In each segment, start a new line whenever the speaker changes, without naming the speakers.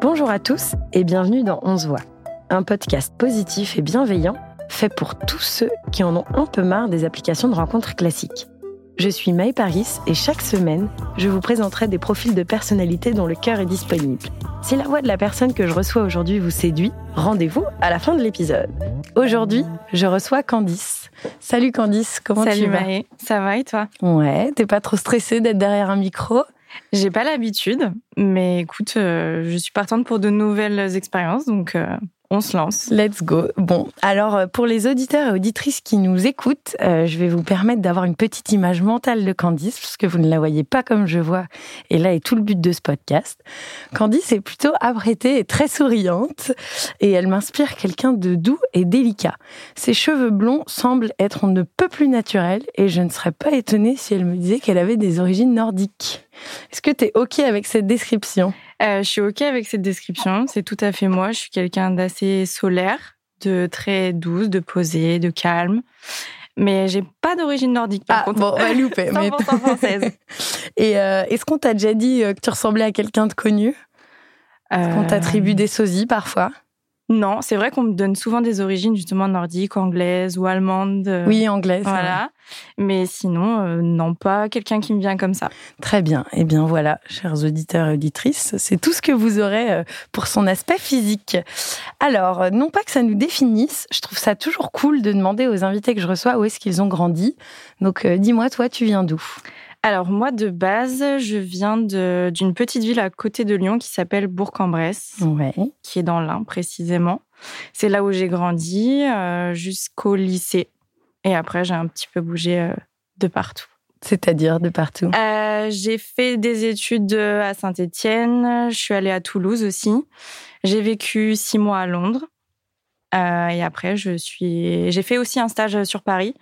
Bonjour à tous et bienvenue dans On se voit, un podcast positif et bienveillant fait pour tous ceux qui en ont un peu marre des applications de rencontres classiques. Je suis Maë Paris et chaque semaine, je vous présenterai des profils de personnalités dont le cœur est disponible. Si la voix de la personne que je reçois aujourd'hui vous séduit, rendez-vous à la fin de l'épisode. Aujourd'hui, je reçois Candice. Salut Candice, comment
Salut
tu vas
Maë, ça va et toi
Ouais, t'es pas trop stressée d'être derrière un micro
J'ai pas l'habitude, mais écoute, euh, je suis partante pour de nouvelles expériences, donc euh, on se lance.
Let's go. Bon, alors euh, pour les auditeurs et auditrices qui nous écoutent, euh, je vais vous permettre d'avoir une petite image mentale de Candice, puisque vous ne la voyez pas comme je vois, et là est tout le but de ce podcast. Candice est plutôt apprêtée et très souriante, et elle m'inspire quelqu'un de doux et délicat. Ses cheveux blonds semblent être on ne peut plus naturels, et je ne serais pas étonnée si elle me disait qu'elle avait des origines nordiques. Est-ce que tu es OK avec cette description
Euh, je suis OK avec cette description, c'est tout à fait moi. Je suis quelqu'un d'assez solaire, de très douce, de posée, de calme. Mais j'ai pas d'origine nordique, par contre.
Ah, bon, on va louper. mais-
100% française.
Et euh, est-ce qu'on t'a déjà dit euh, que tu ressemblais à quelqu'un de connu Est-ce qu'on
Euh,
t'attribue des sosies parfois
Non, c'est vrai qu'on me donne souvent des origines justement nordiques, anglaises ou allemandes. euh,
Oui, anglais. c'est vrai.
Voilà. Mais sinon, euh, non, pas quelqu'un qui me vient comme ça.
Très bien. Eh bien voilà, chers auditeurs et auditrices, c'est tout ce que vous aurez euh, pour son aspect physique. Alors, euh, non pas que ça nous définisse, je trouve ça toujours cool de demander aux invités que je reçois où est-ce qu'ils ont grandi. Donc euh, dis-moi, toi, tu viens d'où
Alors moi de base, je viens de- d'une petite ville à côté de Lyon qui s'appelle Bourg-en-Bresse,
Ouais.
qui est dans l'Ain précisément. C'est là où j'ai grandi euh, jusqu'au lycée. Et après, j'ai un petit peu bougé euh, de partout.
C'est-à-dire de partout.
Euh, j'ai fait des études euh, à Saint-Étienne, je suis allée à Toulouse aussi. J'ai vécu six mois à Londres. Euh, et après, je suis, j'ai fait aussi un stage euh, sur Paris.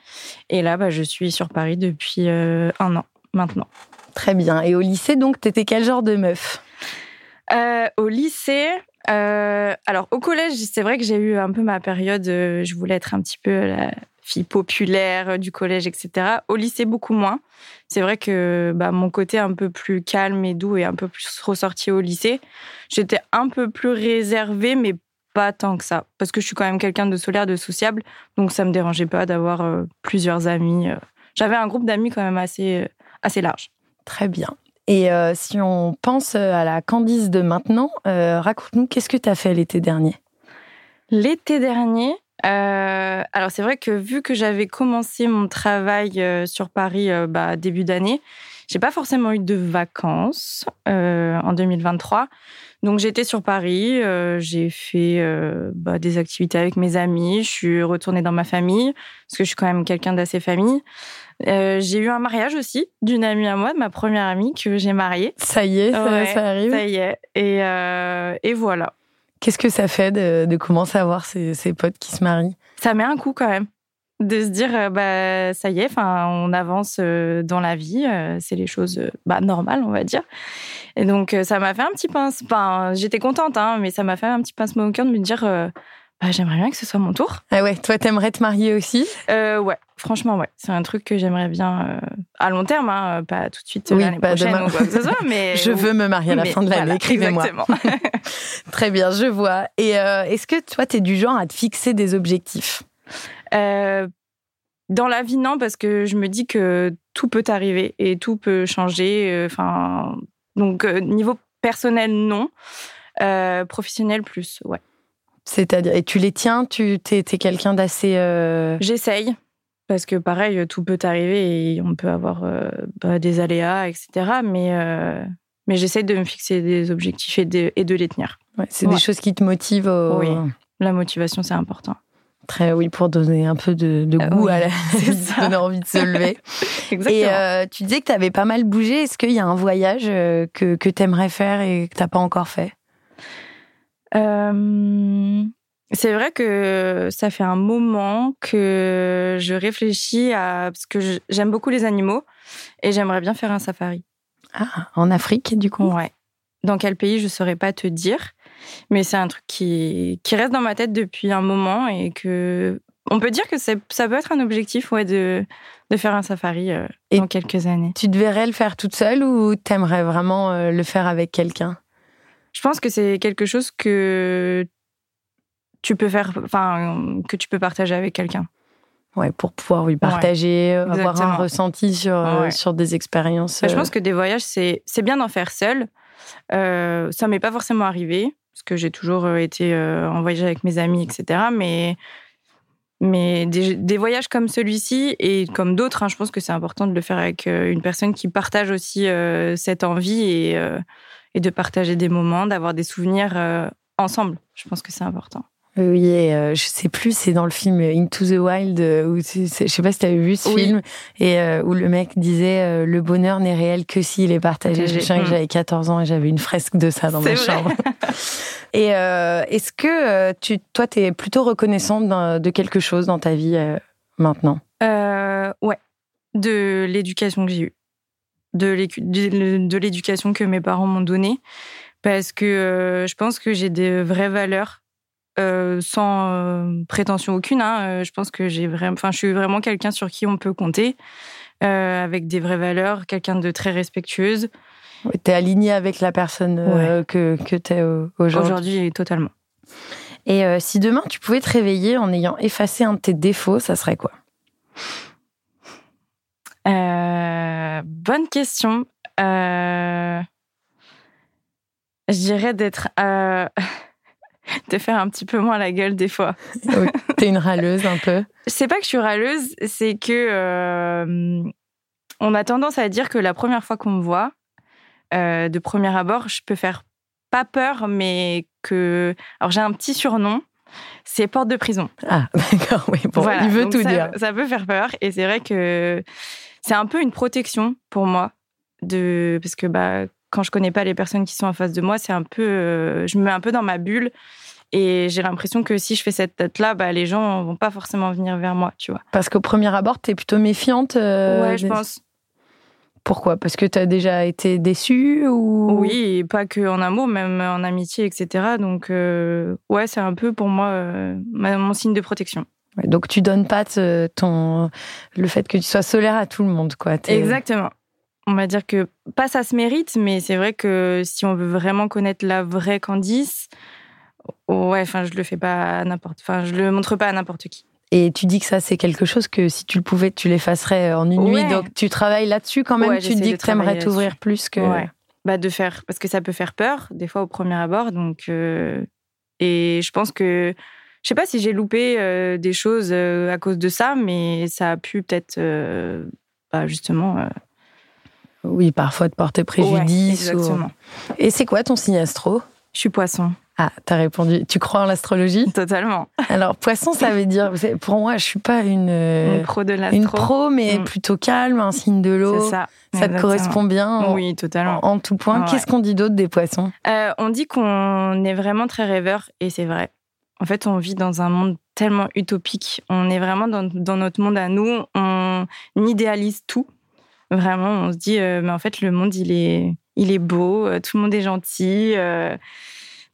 Et là, bah, je suis sur Paris depuis euh, un an maintenant.
Très bien. Et au lycée, donc, t'étais quel genre de meuf
Euh, au lycée, euh, alors au collège, c'est vrai que j'ai eu un peu ma période, euh, je voulais être un petit peu la fille populaire euh, du collège, etc. Au lycée, beaucoup moins. C'est vrai que bah, mon côté un peu plus calme et doux est un peu plus ressorti au lycée. J'étais un peu plus réservée, mais pas tant que ça. Parce que je suis quand même quelqu'un de solaire, de sociable, donc ça me dérangeait pas d'avoir euh, plusieurs amis. euh. J'avais un groupe d'amis quand même assez, euh, assez large.
Très bien. Et euh, si on pense euh, à la Candice de maintenant, euh, raconte-nous qu'est-ce que t'as fait l'été dernier
L'été dernier, euh, alors c'est vrai que vu que j'avais commencé mon travail euh, sur Paris euh, bah, début d'année, j'ai pas forcément eu de vacances euh, en 2023. Donc j'étais sur Paris, euh, j'ai fait euh, bah, des activités avec mes amis, je suis retournée dans ma famille parce que je suis quand même quelqu'un d'assez famille. Euh, j'ai eu un mariage aussi d'une amie à moi, de ma première amie que j'ai mariée.
Ça y est, ça,
Ouais,
ça arrive.
Ça y est, et, euh, et voilà.
Qu'est-ce que ça fait de, de commencer à voir ses, ses potes qui se marient
ça met un coup quand même de se dire euh, bah ça y est enfin on avance euh, dans la vie euh, c'est les choses euh, bah, normales on va dire et donc euh, ça m'a fait un petit pince enfin j'étais contente hein, mais ça m'a fait un petit pincement au cœur de me dire euh, bah, j'aimerais bien que ce soit mon tour
Ah ouais, toi t'aimerais te marier aussi
Euh, ouais franchement ouais c'est un truc que j'aimerais bien euh, à long terme hein, pas tout de suite euh,
Oui,
l'année
pas
prochaine
demain.
ou quoi que ce soit mais
Je veux me marier à la
Euh, Mais
fin de l'année,
voilà,
écrivez-moi.
exactement.
Très bien, je vois. Et euh, est-ce que toi t'es du genre à te fixer des objectifs
Euh, dans la vie, non, parce que je me dis que tout peut arriver et tout peut changer. euh, Enfin, donc euh, niveau personnel, non. Euh, professionnel, plus. Ouais.
C'est-à-dire, et tu les tiens, tu t'es t'es quelqu'un d'assez... euh,
J'essaye. Parce que pareil, tout peut arriver et on peut avoir euh, bah, des aléas, etc. Mais, euh, mais j'essaye de me fixer des objectifs et de, et de les tenir.
ouais, c'est
Ouais.
des choses qui te motivent au-
Oui. La motivation, c'est important.
Très oui, pour donner un peu de, de
Euh,
goût
oui,
à la
c'est
vie,
ça.
donner envie de se lever. Et euh, tu disais que tu avais pas mal bougé. Est-ce qu'il y a un voyage euh, que, que tu aimerais faire et que tu pas encore fait
Euh, c'est vrai que ça fait un moment que je réfléchis à parce que je- j'aime beaucoup les animaux et j'aimerais bien faire un safari.
Ah, en Afrique, du coup
Ouais. Dans quel pays je saurais pas te dire, mais c'est un truc qui qui reste dans ma tête depuis un moment et que on peut dire que c'est- ça peut être un objectif ouais de de faire un safari euh,
Et-
dans quelques années.
Tu devrais le faire toute seule ou t'aimerais vraiment euh, le faire avec quelqu'un
je pense que c'est quelque chose que tu peux faire, enfin, que tu peux partager avec quelqu'un.
Ouais, pour pouvoir lui partager, euh, avoir un
exactement.
ressenti sur, euh,
Ouais.
sur des expériences.
Enfin, Bah, je
euh,
pense que des voyages, c'est c'est bien d'en faire seul. Euh, ça m'est pas forcément arrivé, parce que j'ai toujours euh, été euh, en voyage avec mes amis, etc. Mais, mais des, des voyages comme celui-ci et comme d'autres, hein, je pense que c'est important de le faire avec euh, une personne qui partage aussi euh, cette envie et, euh, et de partager des moments, d'avoir des souvenirs euh, ensemble. Je pense que c'est important.
Oui, et, euh, je sais plus, c'est dans le film Into the Wild, euh, où c'est- c'est- je sais pas si t'avais vu ce
Oui.
film, et euh, où le mec disait euh, le bonheur n'est réel que s'il est partagé. Je me
Partagé.
souviens que
Mm.
j'avais 14 ans et j'avais une fresque de ça dans ma
C'est vrai.
chambre. et euh, est-ce que euh, tu, toi, t'es plutôt reconnaissante d'un- de quelque chose dans ta vie euh, maintenant
Euh, ouais, de l'éducation que j'ai eue, de l'écu- de de l'éducation que mes parents m'ont donnée, parce que euh, je pense que j'ai des vraies valeurs. euh, sans euh, prétention aucune, hein. Euh, je pense que j'ai vraiment, enfin, je suis vraiment quelqu'un sur qui on peut compter, euh, avec des vraies valeurs, quelqu'un de très respectueuse.
T'es alignée avec la personne euh, que, que t'es euh, aujourd'hui
Aujourd'hui, totalement.
Et euh, si demain tu pouvais te réveiller en ayant effacé un de tes défauts, ça serait quoi
Euh, bonne question. Euh, je dirais d'être. euh, de faire un petit peu moins la gueule des fois.
T'es une râleuse un peu
C'est pas que je suis râleuse, c'est que. euh, on a tendance à dire que la première fois qu'on me voit, euh, de premier abord, je peux faire pas peur, mais que. Alors j'ai un petit surnom, c'est porte de prison.
Ah, d'accord, oui. Bon,
Voilà,
il veut
donc
tout
ça- euh,
dire.
Ça peut faire peur et c'est vrai que c'est un peu une protection pour moi de parce que bah quand je connais pas les personnes qui sont en face de moi, c'est un peu euh, je me mets un peu dans ma bulle et j'ai l'impression que si je fais cette tête là, bah les gens vont pas forcément venir vers moi, tu vois.
Parce qu'au premier abord, t'es plutôt méfiante. euh,
ouais, je
des-
pense.
Pourquoi Parce que t'as déjà été déçue ou
Oui, et pas que en amour, même en amitié, etc. Donc euh, ouais, c'est un peu pour moi euh, ma- mon signe de protection.
Ouais, Donc tu donnes pas te- ton le fait que tu sois solaire à tout le monde, quoi. T'es-
Exactement. On va dire que pas ça se mérite, mais c'est vrai que si on veut vraiment connaître la vraie Candice, ouais, enfin je le fais pas à n'importe, enfin je le montre pas à n'importe qui.
euh, Et tu dis que ça, c'est quelque chose que si tu le pouvais, tu l'effacerais en une
Ouais.
nuit. Donc tu travailles là-dessus quand même.
Ouais,
tu te
j'essaie
dis
de
que t'aimerais
travailler
t'ouvrir plus que.
Ouais. Bah de faire, parce que ça peut faire peur des fois au premier abord, donc euh, et je pense que je sais pas si j'ai loupé euh, des choses euh, à cause de ça, mais ça a pu peut-être, euh, bah, justement. euh,
Oui, parfois de porter
ouais,
préjudice. ou-
exactement.
Et c'est quoi ton signe astro
Je suis poisson,
Ah, t'as répondu. Tu crois en l'astrologie
totalement.
Alors poisson, ça veut dire. vous savez, Pour moi, je suis pas une. euh,
Une pro de l'astro.
Une pro, mais
Mm.
plutôt calme, un signe de l'eau.
c'est ça.
Ça te
exactement.
correspond bien en-
Oui,
en,
totalement.
en tout point.
Ouais.
Qu'est-ce qu'on dit d'autre des poissons
Euh, on dit qu'on est vraiment très rêveur et c'est vrai. En fait, on vit dans un monde tellement utopique. On est vraiment dans, dans notre monde à nous. On idéalise tout. Vraiment, on se dit, euh, mais en fait, le monde, il est, il est beau. euh, Tout le monde est gentil. euh.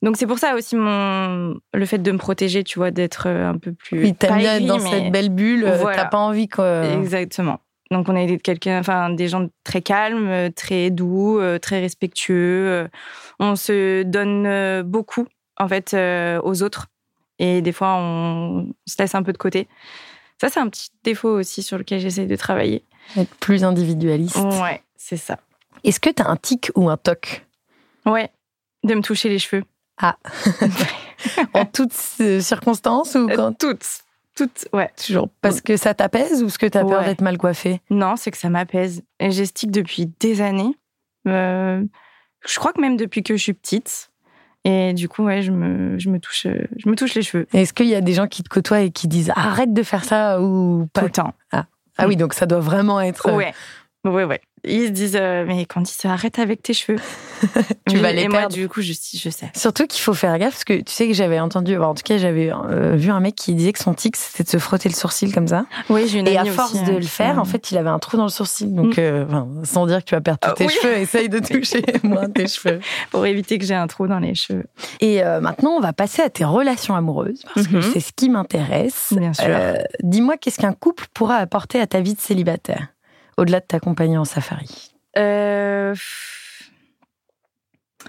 Donc, c'est pour ça aussi mon, le fait de me protéger, tu vois, d'être euh, un peu plus.
Oui, t'aimes
pas
bien être
aigrie,
dans
mais-
cette belle bulle, euh,
Voilà.
t'as pas envie euh, quoi.
Exactement. Donc on a été quelqu'un, enfin des gens très calmes, euh, très doux, euh, très respectueux. euh, On se donne euh, beaucoup en fait euh, aux autres et des fois on se laisse un peu de côté. Ça c'est un petit défaut aussi sur lequel j'essaie de travailler.
Être plus individualiste.
Ouais, c'est ça.
Est-ce que t'as un tic ou un toc
Ouais, de me toucher les cheveux.
En toutes euh, circonstances ou
Euh,
quand
Toutes, toutes, ouais.
Toujours. Parce que ça t'apaise ou parce que t'as peur
Ouais.
d'être mal coiffée
Non, c'est que ça m'apaise. Et J'estique depuis des années. Euh, je crois que même depuis que je suis petite. Et du coup, ouais, je me, je me, touche, euh, je me touche les cheveux.
Est-ce qu'il y a des gens qui te côtoient et qui disent arrête de faire ça ou
Tout
pas
le temps.
Ah oui, donc ça doit vraiment être. euh,
Ouais. Ouais, ouais. Ils se disent, euh, mais Candice, arrête avec tes cheveux.
Tu
Mais-
vas les
Et moi,
perdre.
du coup, je, dis, je sais.
Surtout qu'il faut faire gaffe parce que tu sais que j'avais entendu, en tout cas j'avais euh, vu un mec qui disait que son tic c'était de se frotter le sourcil comme ça.
Oui, j'ai une
Et à
amie
force
aussi,
de
euh,
le
qui-
faire, en hein, fait, il avait un trou dans le sourcil. Donc, euh, enfin, sans dire que tu vas perdre tous
Euh,
tes
oui.
cheveux, essaye de toucher moins tes cheveux.
Pour éviter que j'ai un trou dans les cheveux.
Et euh, maintenant, on va passer à tes relations amoureuses parce que
Mhm.
c'est ce qui m'intéresse.
Bien sûr.
Euh, Dis-moi, qu'est-ce qu'un couple pourra apporter à ta vie de célibataire au-delà de t'accompagner en safari
Euh, pff. Euh,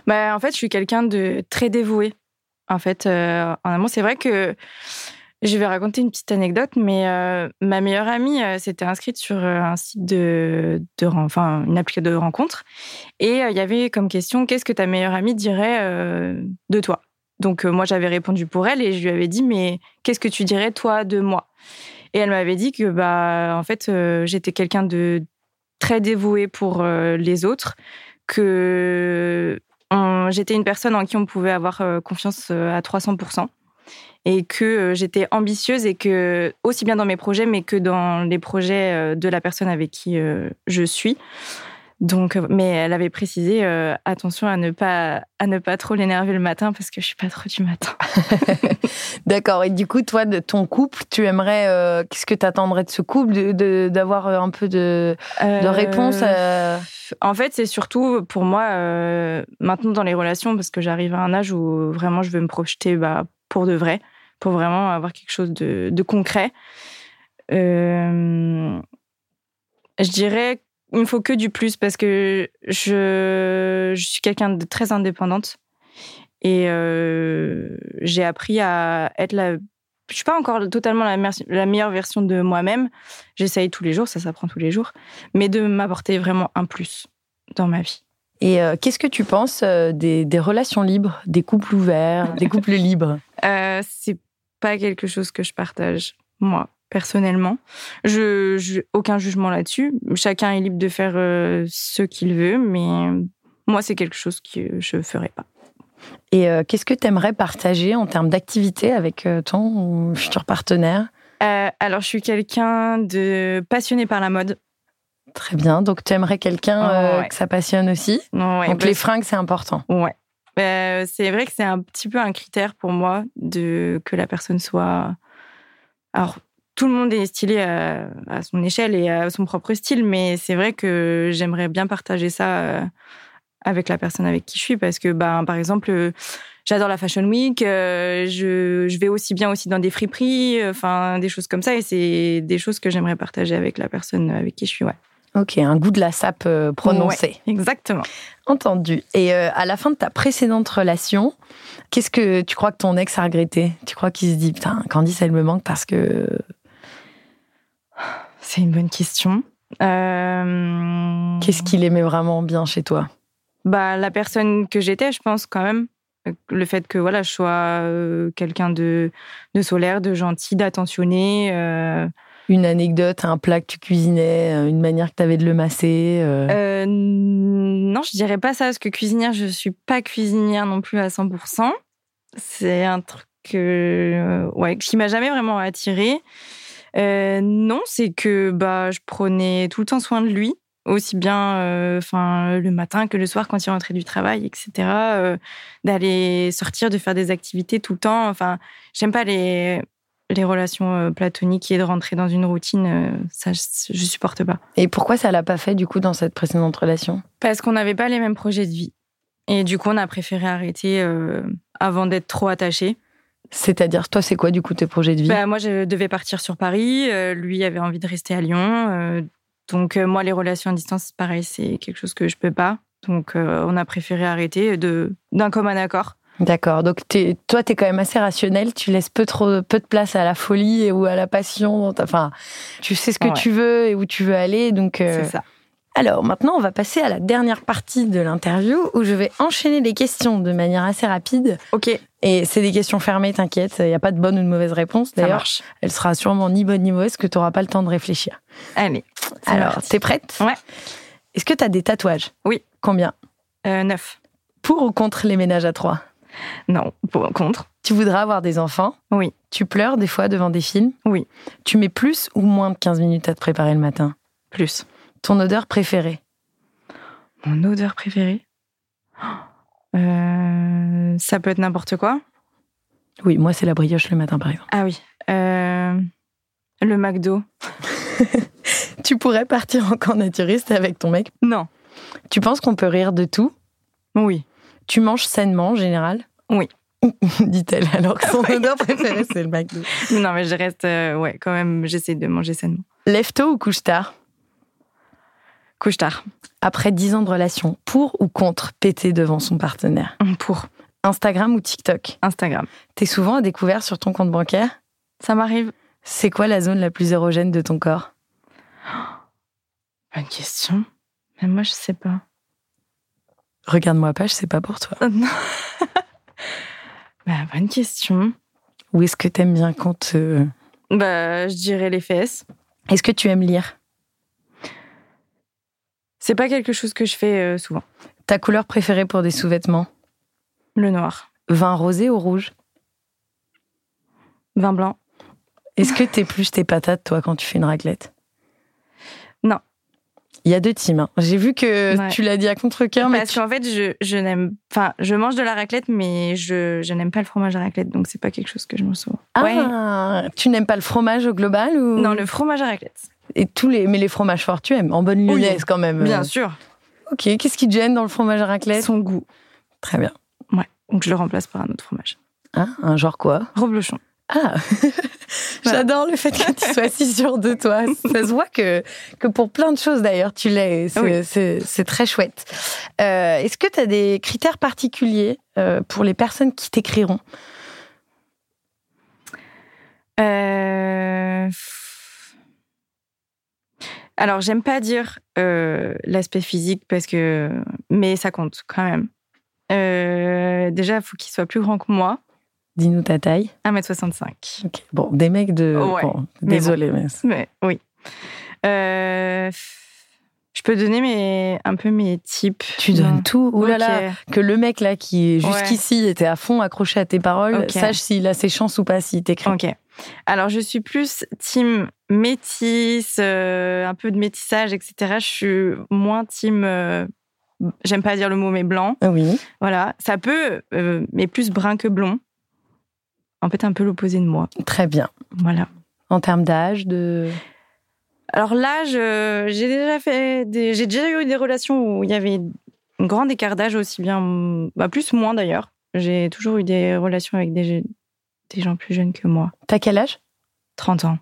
Bah, en fait, je suis quelqu'un de très dévoué. En fait, euh, en amont, c'est vrai que je vais raconter une petite anecdote, mais euh, ma meilleure amie euh, s'était inscrite sur euh, un site de, de ren- enfin une application de rencontre, et euh, il y avait comme question qu'est-ce que ta meilleure amie dirait euh, de toi. Donc euh, moi j'avais répondu pour elle et je lui avais dit mais qu'est-ce que tu dirais toi de moi Et elle m'avait dit que bah en fait euh, j'étais quelqu'un de très dévoué pour euh, les autres, que on- j'étais une personne en qui on pouvait avoir euh, confiance euh, à 300 et que euh, j'étais ambitieuse et que aussi bien dans mes projets mais que dans les projets euh, de la personne avec qui euh, je suis. Donc, euh, mais elle avait précisé euh, attention à ne pas à ne pas trop l'énerver le matin parce que je suis pas trop du matin.
D'accord. Et du coup, toi, de ton couple, tu aimerais. euh, Qu'est-ce que tu attendrais de ce couple de- de- D'avoir un peu de, de
Euh,
réponse euh,
En fait, c'est surtout pour moi euh, maintenant dans les relations parce que j'arrive à un âge où vraiment je veux me projeter bah, pour de vrai, pour vraiment avoir quelque chose de, de concret. Euh, je dirais il me faut que du plus parce que je, je suis quelqu'un de très indépendante et euh, j'ai appris à être la. Je suis pas encore totalement la, mer- la meilleure version de moi-même. J'essaye tous les jours, ça s'apprend tous les jours mais de m'apporter vraiment un plus dans ma vie.
Et euh, qu'est-ce que tu penses euh, des, des relations libres, des couples ouverts, des couples libres
Euh, c'est pas quelque chose que je partage, moi, personnellement. Je, je- aucun jugement là-dessus. Chacun est libre de faire euh, ce qu'il veut, mais moi, c'est quelque chose que je ferai pas.
Et euh, qu'est-ce que tu aimerais partager en termes d'activité avec euh, ton futur partenaire
Euh, alors, je suis quelqu'un de passionné par la mode.
Très bien. Donc, tu aimerais quelqu'un
Oh,
euh,
ouais.
que ça passionne aussi
Non, ouais, bah
Donc,
parce-
les fringues, c'est important.
Ouais. Euh, c'est vrai que c'est un petit peu un critère pour moi de que la personne soit. Alors, tout le monde est stylé à, à son échelle et à son propre style, mais c'est vrai que j'aimerais bien partager ça euh, avec la personne avec qui je suis parce que, ben, par exemple, euh, j'adore la Fashion Week, euh, je, je vais aussi bien aussi dans des friperies, euh, enfin, des choses comme ça, et c'est des choses que j'aimerais partager avec la personne avec qui je suis, ouais.
Ok, un goût de la sape euh, prononcé.
Exactement.
Entendu. Et euh, à la fin de ta précédente relation, qu'est-ce que tu crois que ton ex a regretté Tu crois qu'il se dit, putain, Candice, elle me manque parce que.
C'est une bonne question. Euh,
Qu'est-ce qu'il aimait vraiment bien chez toi
bah, la personne que j'étais, je pense quand même. Euh, Le fait que voilà, je sois euh, quelqu'un de, de solaire, de gentil, d'attentionné. euh,
Une anecdote, un plat que tu cuisinais, euh, une manière que tu avais de le masser euh,
euh, non, je dirais pas ça, parce que cuisinière, je suis pas cuisinière non plus à 100%. C'est un truc que, euh, ouais, qui m'a jamais vraiment attirée. Euh, non, c'est que bah, je prenais tout le temps soin de lui, aussi bien euh, 'fin, le matin que le soir quand il rentrait du travail, etc. euh, D'aller sortir, de faire des activités tout le temps. Enfin, j'aime pas les, les relations euh, platoniques et de rentrer dans une routine. euh, ça, je- je supporte pas.
Et pourquoi ça l'a pas fait du coup dans cette précédente relation
Parce qu'on n'avait pas les mêmes projets de vie. Et du coup, on a préféré arrêter euh, avant d'être trop attaché.
C'est-à-dire, toi, c'est quoi du coup tes projets de vie
Bah, moi, je devais partir sur Paris. euh, lui avait envie de rester à Lyon. euh, donc, euh, moi, les relations à distance, pareil, c'est quelque chose que je peux pas. Donc, euh, on a préféré arrêter de d'un commun accord.
D'accord. Donc, t'es- toi, t'es quand même assez rationnel. Tu laisses peu trop, peu de place à la folie et- ou à la passion. dans ta- Enfin, tu sais ce que
Ouais.
tu veux et où tu veux aller. Donc, euh,
C'est ça.
alors maintenant, on va passer à la dernière partie de l'interview où je vais enchaîner les questions de manière assez rapide.
Ok,
Et c'est des questions fermées, t'inquiète. Il n'y a pas de bonne ou de mauvaise réponse.
ça
D'ailleurs,
marche.
elle sera sûrement ni bonne ni mauvaise que tu n'auras pas le temps de réfléchir.
Allez. c'est
alors,
parti.
t'es prête
Ouais.
Est-ce que t'as des tatouages
Oui.
Combien
Euh, neuf.
Pour ou contre les ménages à trois
Non, pour- contre.
Tu voudras avoir des enfants
Oui.
Tu pleures des fois devant des films
Oui.
Tu mets plus ou moins de 15 minutes à te préparer le matin
Plus.
Ton odeur préférée
Mon odeur préférée. Euh, ça peut être n'importe quoi.
Oui, moi c'est la brioche le matin par exemple.
Ah oui. Euh, le McDo.
Tu pourrais partir en camp naturiste avec ton mec
Non.
Tu penses qu'on peut rire de tout
Oui.
Tu manges sainement en général
Oui.
Dit-elle alors que son odeur préférée c'est le McDo.
Non, mais je reste. euh, ouais, quand même, j'essaie de manger sainement.
Lève tôt ou couche tard
Couche tard.
Après 10 ans de relation, pour ou contre péter devant son partenaire
Pour
Instagram ou TikTok
Instagram.
T'es souvent à découvert sur ton compte bancaire
Ça m'arrive.
C'est quoi la zone la plus érogène de ton corps
Bonne question. Mais moi, je sais pas.
Regarde-moi pas, je sais pas pour toi.
Non. bah, bonne question.
Ou est-ce que t'aimes bien quand te-
Bah, je dirais les fesses.
Est-ce que tu aimes lire
C'est pas quelque chose que je fais euh, souvent.
Ta couleur préférée pour des sous-vêtements
Le noir.
Vin rosé ou rouge
Vin blanc.
Est-ce que t'épluches tes patates, toi, quand tu fais une raclette
Non.
Il y a deux teams. hein. J'ai vu que
Ouais.
tu l'as dit à contre-cœur, mais
Parce
tu-
qu'en fait, je, je n'aime. Enfin, je mange de la raclette, mais je, je n'aime pas le fromage à raclette, donc c'est pas quelque chose que je mange souvent.
Ah, tu n'aimes pas le fromage au global ou
Non, le fromage à raclette.
Et tous les... Mais les fromages forts, tu aimes. En bonne
Oui.
lyonnaise, quand même.
Bien sûr.
Ok, qu'est-ce qui te gêne dans le fromage à raclette
Son goût.
Très bien.
Donc je le remplace par un autre fromage.
Hein un genre quoi
Reblochon.
Ah J'adore le fait que tu sois si sûre de toi. Ça se voit que, que pour plein de choses d'ailleurs, tu l'es. C'est,
Oui.
c'est- c'est très chouette. Euh, est-ce que tu as des critères particuliers euh, pour les personnes qui t'écriront
Euh, pff. Alors, j'aime pas dire euh, l'aspect physique parce que, mais ça compte quand même. Euh, déjà, faut qu'il soit plus grand que moi,
Dis-nous ta taille.
1m65.
Ok. Bon, des mecs de.
Ouais.
bon,
Mais
désolé, mais.
Mais oui. Euh, pff. je peux donner mes, un peu mes types.
Tu
Non.
donnes tout. Ouh là là,
Ok.
que le mec là qui jusqu'ici était à fond accroché à tes paroles,
Ok.
sache s'il a ses chances ou pas s'il t'écrit.
Ok. Alors, je suis plus team métisse, euh, un peu de métissage, etc. Je suis moins team. euh, J'aime pas dire le mot, mais blanc.
Ah Oui.
Voilà. Ça peut, euh, mais plus brun que blond. En fait, un peu l'opposé de moi.
Très bien.
Voilà.
En termes d'âge, de.
Alors là, je- j'ai déjà fait, des- j'ai déjà eu des relations où il y avait un grand écart d'âge aussi bien, bah, plus moins d'ailleurs. J'ai toujours eu des relations avec des, des gens plus jeunes que moi.
T'as quel âge
30 ans.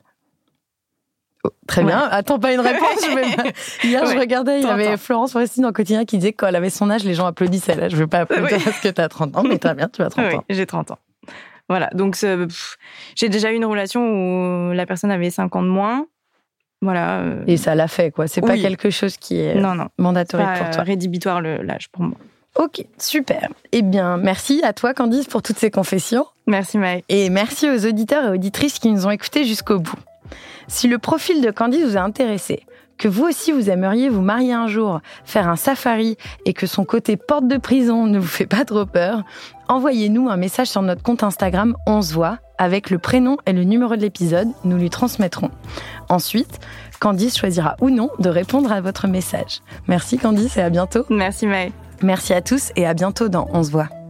Très
Ouais.
bien. Attends pas une réponse. je vais pas- Hier, je
Ouais.
regardais, il y avait
T'entends.
Florence Foresti dans le quotidien qui disait que quand elle avait son âge, les gens applaudissaient. Là, je veux pas applaudir
Oui.
parce que t'as 30 ans, mais très bien, tu as 30
Oui,
ans.
j'ai 30 ans. Voilà, donc ce- pff, j'ai déjà eu une relation où la personne avait 5 ans de moins. Voilà. euh,
Et ça l'a fait, quoi. C'est pas
Oui.
quelque chose qui est
non, non,
mandatory
pas
pour
euh,
toi.
rédhibitoire le- l'âge pour moi.
Ok, super. Eh bien, merci à toi, Candice, pour toutes ces confessions.
Merci Maëlle.
Et merci aux auditeurs et auditrices qui nous ont écoutés jusqu'au bout. Si le profil de Candice vous a intéressé, que vous aussi vous aimeriez vous marier un jour, faire un safari et que son côté porte de prison ne vous fait pas trop peur, envoyez-nous un message sur notre compte Instagram On se voit avec le prénom et le numéro de l'épisode, nous lui transmettrons. Ensuite, Candice choisira ou non de répondre à votre message. Merci Candice et à bientôt.
Merci Maëlle.
Merci à tous et à bientôt dans On se voit.